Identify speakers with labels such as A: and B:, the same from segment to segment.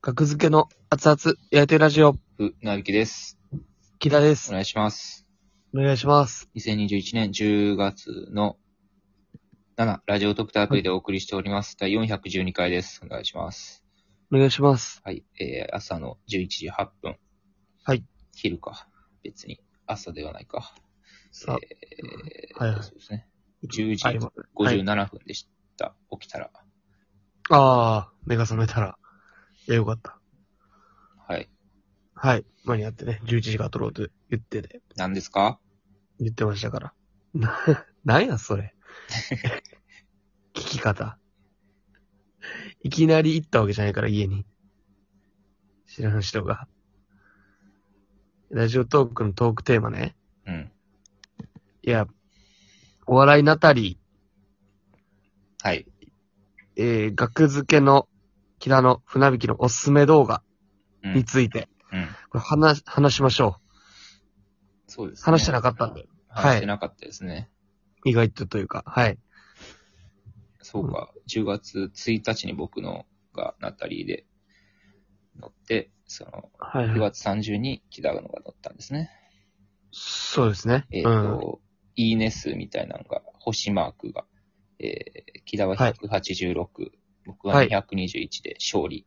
A: 格付けの熱々焼いてるラジオ、
B: ふ、なびきです。
A: 木田で
B: お
A: す。
B: 願いします。
A: お願いします。
B: 2021年10月の7、ラジオドクターアプリでお送りしております。第412回です。お願いします。
A: お願いします。
B: はい。えー、朝の11時8分。
A: はい。
B: 昼か。別に。朝ではないか。
A: さ
B: えー、
A: はいはい
B: そうですね。10時
A: あ、今
B: 57分でした。起きたら。
A: あー、目が覚めたら。いや、よかった。
B: はい。
A: はい。間に合ってね、11時から撮ろうと言ってて、
B: 何ですか
A: 言ってましたから。な、 なんや、それ。 聞き方。いきなり行ったわけじゃないから、家に。知らん人が。ラジオトークのトークテーマね。
B: うん。
A: いや、お笑いナタリ
B: はい。
A: ー、えー、学付けの、キラの船引きのおすすめ動画
B: うん。う
A: について、
B: ん。
A: これ話、話しましょ
B: そうです、
A: う。話してなかったんで、はい
B: 話してなかったですね。
A: 意外とというか、はい。
B: そうか、10月1日に僕のがナタリーで乗って、その、
A: はい、
B: 9月30に木田のが乗ったんですね。
A: そうですね。
B: えっ、
A: うん。
B: と、いいね数みたいなのが、星マークが、えー、木田は
A: はい
B: 186、僕
A: は
B: はい221で勝利。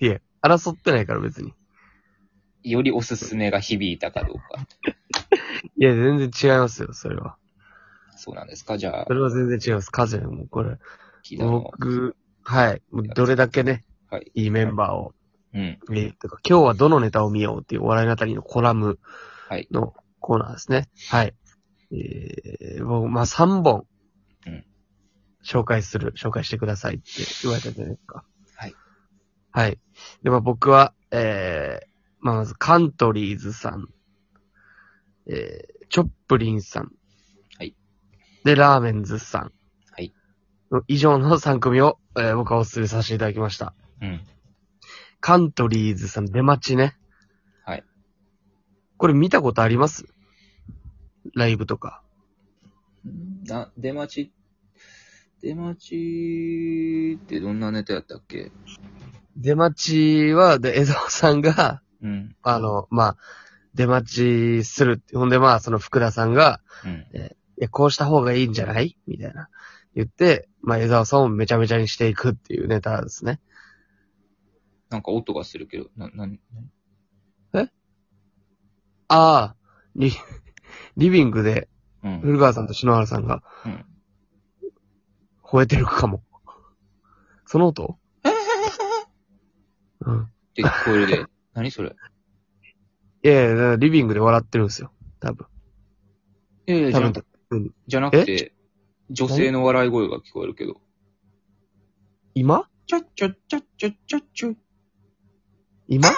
A: いや、争ってないから別に。
B: よりおすすめが響いたかどうか。
A: いや、全然違いますよ、それは。
B: そうなんですかじゃあ
A: そ、れは全然違います。カズヤもうこれ、
B: 木田の、
A: 僕、はい。もうどれだけね、
B: はい。
A: いいメンバーを、
B: うん。
A: えー、とか、今日はどのネタを見ようっていうお笑いナタリーのコラム
B: はい
A: のコーナーですね。はい。えー、僕、まあ、3本
B: うん、
A: 紹介する、紹介してくださいって言われたじゃないですか。
B: はい。
A: はい。で、まあ、僕は、えー、まあ、まず、カントリーズさん、えー、チョップリンさん、
B: はい。
A: で、ラーメンズさん、
B: はい。
A: 以上の3組を、えー僕はお勧めさせていただきました。
B: うん。
A: カントリーズさん、出待ちね。
B: はい。
A: これ見たことありますライブとか。
B: な、出待ち、出待ちってどんなネタやったっけ
A: 出待ちは、で、江沢さんが、
B: うん。
A: あの、まあ、出待ちするって。ほんで、まあ、その福田さんが、
B: うん。
A: いや、こうした方がいいんじゃないみたいな。言って、まあ、江沢さんをめちゃめちゃにしていくっていうネタですね。
B: なんか音がするけど、な、な、な
A: ああ、リ、 リビングで、
B: うん。
A: 古川さんと篠原さんが、
B: うん
A: 吠えてるかも。その音うん。
B: って聞こえるで。 何それ
A: いやいやだからリビングで笑ってるんですよ。多分。
B: いやいや、じ
A: 多
B: ゃな
A: 分
B: く、じゃなくて、女性の笑い声が聞こえるけど。
A: 今
B: ちょっちょっちょっちょっちょっちょっ。
A: 今い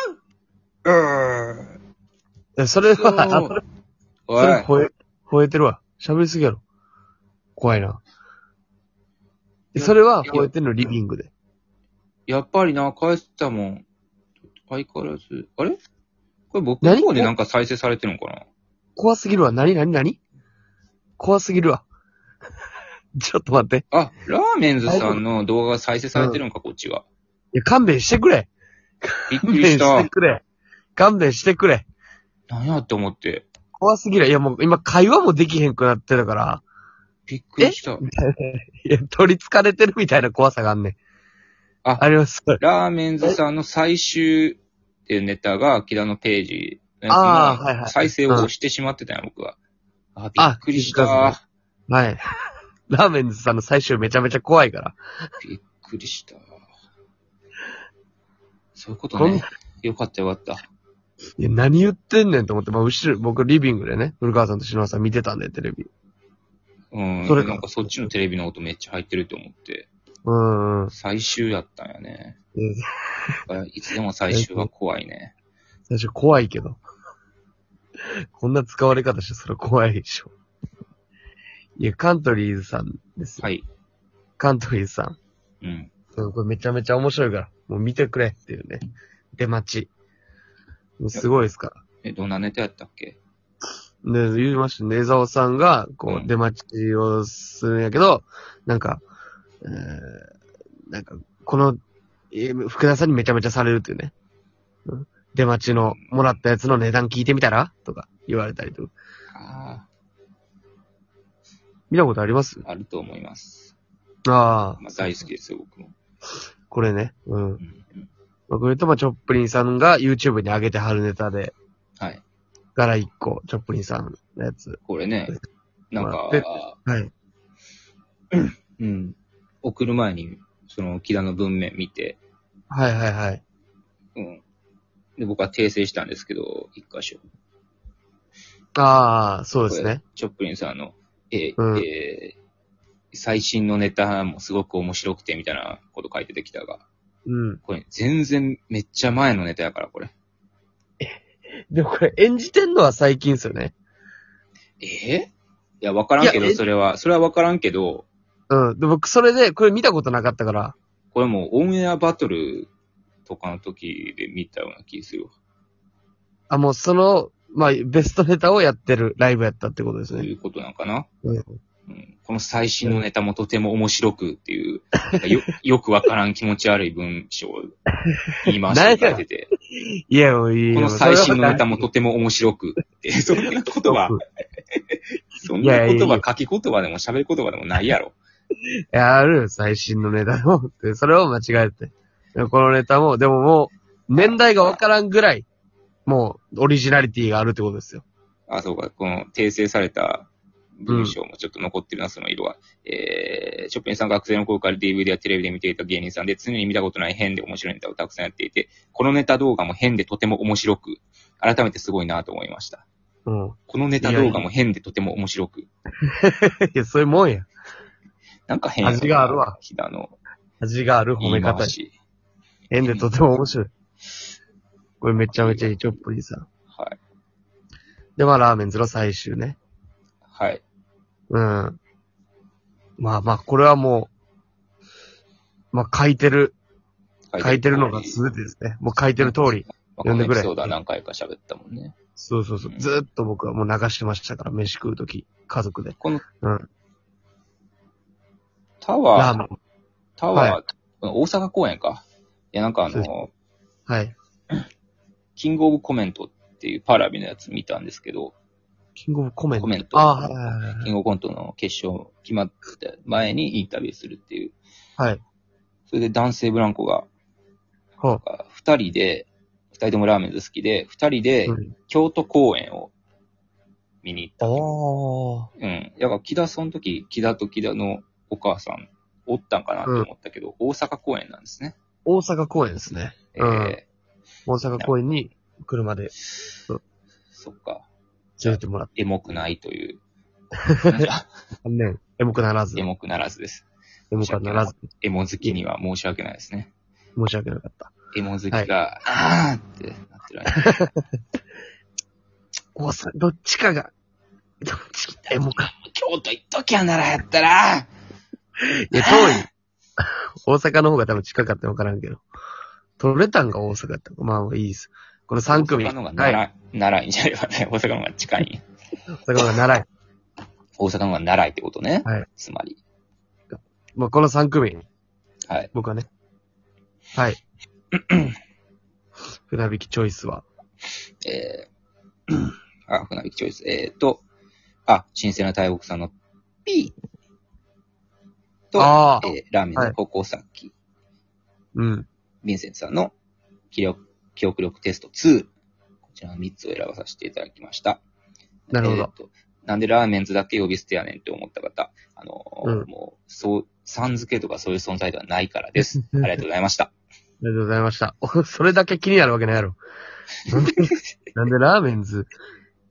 B: えー。
A: やそれは、
B: お
A: それ
B: い。
A: 吠え、吠えてるわ。喋りすぎやろ。怖いな。えそれは吠えてるの、リビングで。
B: やっぱりな、返したもん。相変わらず。あれこれ僕の方でなんか再生されてるのかな
A: 怖すぎるわ。なになになに怖すぎるわ。 ちょっと待って。
B: あ、ラーメンズさんの動画が再生されてるのか、こっちが。
A: いや、勘弁してくれ。
B: びっく
A: 勘
B: り
A: 弁
B: し
A: して
B: た。
A: くれ。勘弁してくれ。
B: 何やって思って。
A: 怖すぎる。いや、もう今会話もできへんくなってたから。
B: びっくりした。
A: いや、取り憑かれてるみたいな怖さがあんねん。
B: あ
A: あります。
B: ラーメンズさんの最終っていうネタが、木田のページのやつ
A: あーはいはい
B: の再生を押してしまってたんや、僕は。あ、びっくりし
A: あ
B: た。
A: はい。ラーメンズさんの最終めちゃめちゃ怖いから。
B: びっくりした。そういうこと
A: こん
B: ね。よかったよかった。
A: いや、何言ってんねんと思って、まあ、後ろ、僕リビングでね、古川さんと篠原さん見てたんで、テレビ。
B: うん。
A: それか
B: なんかそっちのテレビの音めっちゃ入ってると思って。
A: うーん。
B: 最終やったんやね。
A: うん
B: だからいつでも最終は怖いね。
A: 最初怖いけど。 こんな使われ方して、それ怖いでしょ。いや、カントリーズさんですよ。
B: はい。
A: カントリーズさん。
B: うん。
A: うんこれめちゃめちゃ面白いから、もう見てくれっていうね。出待ち。もうすごいですから。
B: え、どんなネタやったっけ
A: で、言いましたね。江沢さんが、こう、
B: うん
A: 出待ちをするんやけど、なんか、えー、なんか、このえー福田さんにめちゃめちゃされるっていうね。うん出待ちの、もらったやつの値段聞いてみたらとか言われたりとか。
B: あ
A: 見たことあります
B: あ、あると思います。
A: ああ。
B: まあ、大好きですよ、僕も。
A: これね。うん
B: う。んうん
A: まあ、これと、まあ、チョップリンさんが YouTube に上げてはるネタで、
B: はい。
A: 柄1個、チョップリンさんのやつ。
B: これね、なんか、
A: ではい。
B: うん。送る前に、その、木田の文面見て、
A: はいはいはい。
B: うん。で、僕は訂正したんですけど、一箇所。
A: ああ、そうですね。
B: チョップリンさんの、えー
A: うん
B: えー最新のネタもすごく面白くて、みたいなこと書いててきたが、
A: うん。
B: これ、全然めっちゃ前のネタやから、これ。
A: でもこれ演じてんのは最近ですよね。
B: えーいや、わからんけ
A: いや
B: ど、
A: え
B: それは、それはわからんけど、
A: うん。で、僕それで、これ見たことなかったから、
B: これもうオンエアバトルとかの時で見たような気するわ。
A: あ、もうその、まあ、ベストネタをやってるライブやったってことです
B: とい
A: ね。
B: うことなんかな。
A: うん
B: うんこの最新のネタもとても面白くっていう、なんかよ よくわからん気持ち悪い文章を言い回して書いてて、
A: いや、もういい
B: こ
A: よ
B: の最新のネタもとても面白くって、そんな言葉、そん
A: いや
B: ない
A: やい
B: 言
A: や
B: 葉、書き言葉でも喋り言葉でもないやろ。
A: いやある、最新のネタも。で、それを間違えて。このネタも、でももう、年代がわからんぐらい、もう、オリジナリティがあるってことですよ。
B: あ、そうか、この訂正された文章もちょっと残ってるな、その色は。えー、ショッピンさんが学生の頃から DVD やテレビで見ていた芸人さんで、常に見たことない変で面白いネタをたくさんやっていて、このネタ動画も変でとても面白く、改めてすごいなと思いました。
A: うん。
B: このネタ動画も変でとても面白く。
A: いや、そういうもんや。
B: なんか変やな
A: 味があるわ。
B: 木田の
A: 味がある褒
B: 言
A: め
B: い
A: 方
B: 回
A: に。
B: し。
A: 変でとても面白い。これめちゃめちゃいい、チョップリンさん。
B: はい。
A: で、まあ、ラーメンズの最終ね。
B: はい。
A: うん。まあまあ、これはもう、まあ、書いてる、書いてるのが全てですね。もう書いてる通り。
B: まあ
A: 読んでくれ
B: このエピソードは何回か喋ったもんね。
A: そうそうそう。ずーっと僕はもう流してましたから、飯食うとき、家族で。
B: この、
A: うん
B: タ
A: ラ
B: ワ
A: ー
B: ー
A: メ、ン。
B: タワー、大阪公演か。いや、なんかあ
A: そうで
B: の、
A: はい。
B: キングオブコメントっていうパラビのやつ見たんですけど、
A: キングオブコメント。
B: コメント
A: ああ、はいはいはい
B: キングオブコントの決勝決まった前にインタビューするっていう。
A: はい。はい。
B: それで男性ブランコが、
A: ほう。
B: あ二人で、二人ともラーメンズ好きで、二人で
A: うん
B: 京都公演を見に行った。
A: おー。
B: うん。だから、木田その時、木田と木田のお母さん、おったんかなと思ったけど、大阪公演なんですね。
A: 大阪公演ですね。うん
B: え
A: 大阪公演に車で
B: ー、そっか。
A: 連れてもらっ
B: エモくない という。
A: た。残念。エモくならず。
B: エ
A: エ
B: モくならずです。
A: モくならず。
B: エモ好きには申し訳ないですね。
A: 申し訳なかった。
B: エモ好きが、あーってなってる間に。
A: 大阪、どっちかが、どっちか、エモか。
B: 京都行っときゃならやったら、
A: いや、遠い。大阪の方が多分近かったのわからんけど。取れたんが大阪やった。まあまあいいです。この3組。
B: 大阪の方が
A: はい。
B: 奈良、奈良いんじゃないか ね。大阪の方が近い。
A: 大阪の方が奈良
B: 大阪の方が奈良いってことね。
A: はい
B: つまり。
A: い。もうこの3組。
B: はい。
A: 僕はね。はい。 船引きチョイスは。
B: えー、 あ、船引きチョイス。えーと、あ、新鮮な大国さんの P と、
A: ああ。
B: えーラーメンの高校さっき、
A: うん。
B: ヴィンセントさんの記録記憶力テスト2。こちらの3つを選ばさせていただきました。
A: なるほ
B: えー
A: ど。
B: となんでラーメンズだけ呼び捨てやねんって思った方、あのー
A: うん
B: もう、そう、さん付けとかそういう存在ではないか らです。ありがとうございました。
A: ありがとうございました。 おそれだけ気になるわけないやろ。なん で、なんでラーメンズ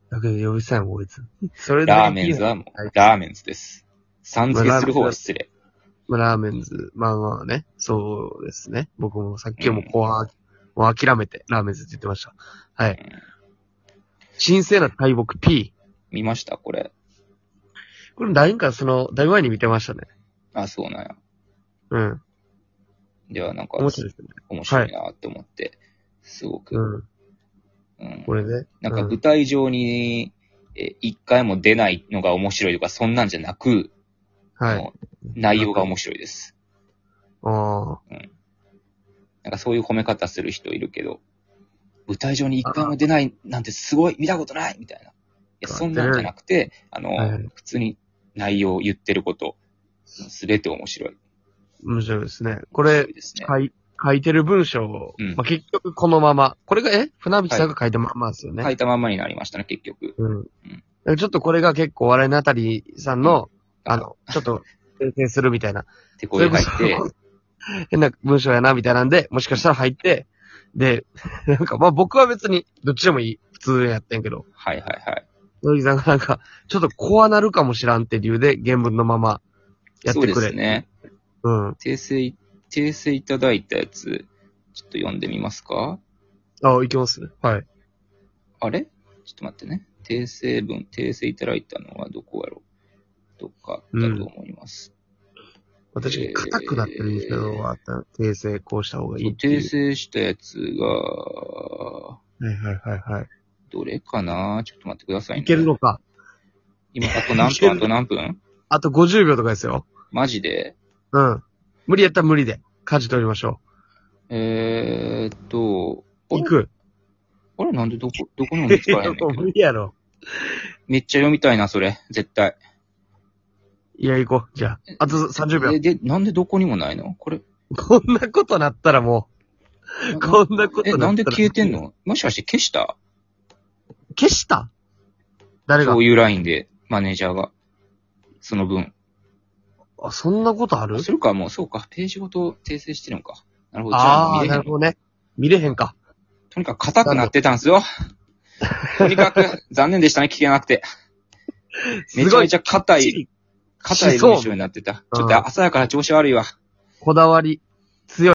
A: だけで呼び捨てないもん、こいつ。それだけ
B: ラー
A: 気
B: メン
A: に
B: ズ
A: なる
B: はも、
A: はいう
B: ラーメンズです。さん付けする方は失礼。
A: まあラーメンズ、まあまあね、そうですね。僕もさっきも後半、もう諦めてラーメンズって言ってました。はい。
B: うん
A: 神聖な大木 P。
B: 見ましたこれ。
A: これ何かその、だいぶ前に見てましたね。
B: あ、そうなんや。
A: うん。
B: では、なんか、
A: 面白いですね。
B: 面白いなって思って、すごく、
A: うん。
B: うん
A: これね。
B: なんか
A: うん
B: 舞台上に、え、一回も出ないのが面白いとか、そんなんじゃなく、
A: はい。
B: もう内容が面白いです。
A: ああ。
B: うんなんかそういう褒め方する人いるけど、舞台上に一回も出ないなんてすごい見たことないみたいな。いや、そんなんじゃなくて、あの、
A: はい
B: 普通に内容を言ってること、すべて面白い。
A: 面白いですね。これ、
B: ですね。
A: 書い書いてる文章を、
B: うん
A: まあ、結局このまま。これが、え船道さんが書いたまんまですよね。
B: 書いたまんまになりましたね、結局。
A: うん。ちょっとこれが結構笑いのあたりさんの、あの、ちょっと、訂正するみたいな。
B: てこ入れ入って、
A: 変な文章やな、みたいなんで、もしかしたら入って、で、 なんか、まあ僕は別に、どっちでもいい、普通やってんけど、
B: はいはいはい。
A: 野木さんがなんか、ちょっと怖なるかもしらんって理由で、原文のまま、やって
B: そ
A: く
B: う
A: れ。
B: ですね。
A: うん。あ、
B: 訂正、訂正いただいたやつ、ちょっと読んでみますか
A: 行きますはい。
B: あれちょっと待ってね。訂正文、訂正いただいたのはどこやろうどっかだと思います。
A: 私、硬くなってるんですけど、あった訂正こうした方がいいっていう。
B: 訂正したやつが、
A: はいはいはいはい。
B: どれかなちょっと待ってくださいね。
A: いけるのか。
B: 今、あと何
A: いける
B: 分あと何分
A: あと50秒とかですよ。
B: マジで
A: うん。無理やったら無理で、舵取りましょ
B: えーっ
A: う。
B: と、あ
A: 行
B: れ
A: く。
B: あれなんでどこ、どこにも見つからへんねん け
A: もう
B: ど
A: 無。理やろ。
B: めっちゃ読みたいな、それ。絶対。
A: いや、行こう。じゃあ、あと30秒。
B: え、で、なんでどこにもないのこれ。
A: こんなことなったらもう、
B: な
A: こんなこと
B: え、
A: なったら。
B: なんで消えてんのもしかして消した
A: 消した誰が
B: そういうラインで、マネージャーが。その分。
A: あ、そんなことある
B: あそれか、もう、そうか。ページごと訂正してるのか。なるほど。じゃあ、
A: ああ、
B: 見れへ
A: なんるほどね。見れへんか。
B: とにかく硬くなってたん すよ。とにかく、残念でしたね、聞けなくて。
A: す
B: めちゃ
A: ご
B: め
A: い
B: ち、ゃ硬
A: きっち
B: い、
A: り
B: 硬い文章になってた。ちょっと朝やから調子悪いわ。
A: こだわり。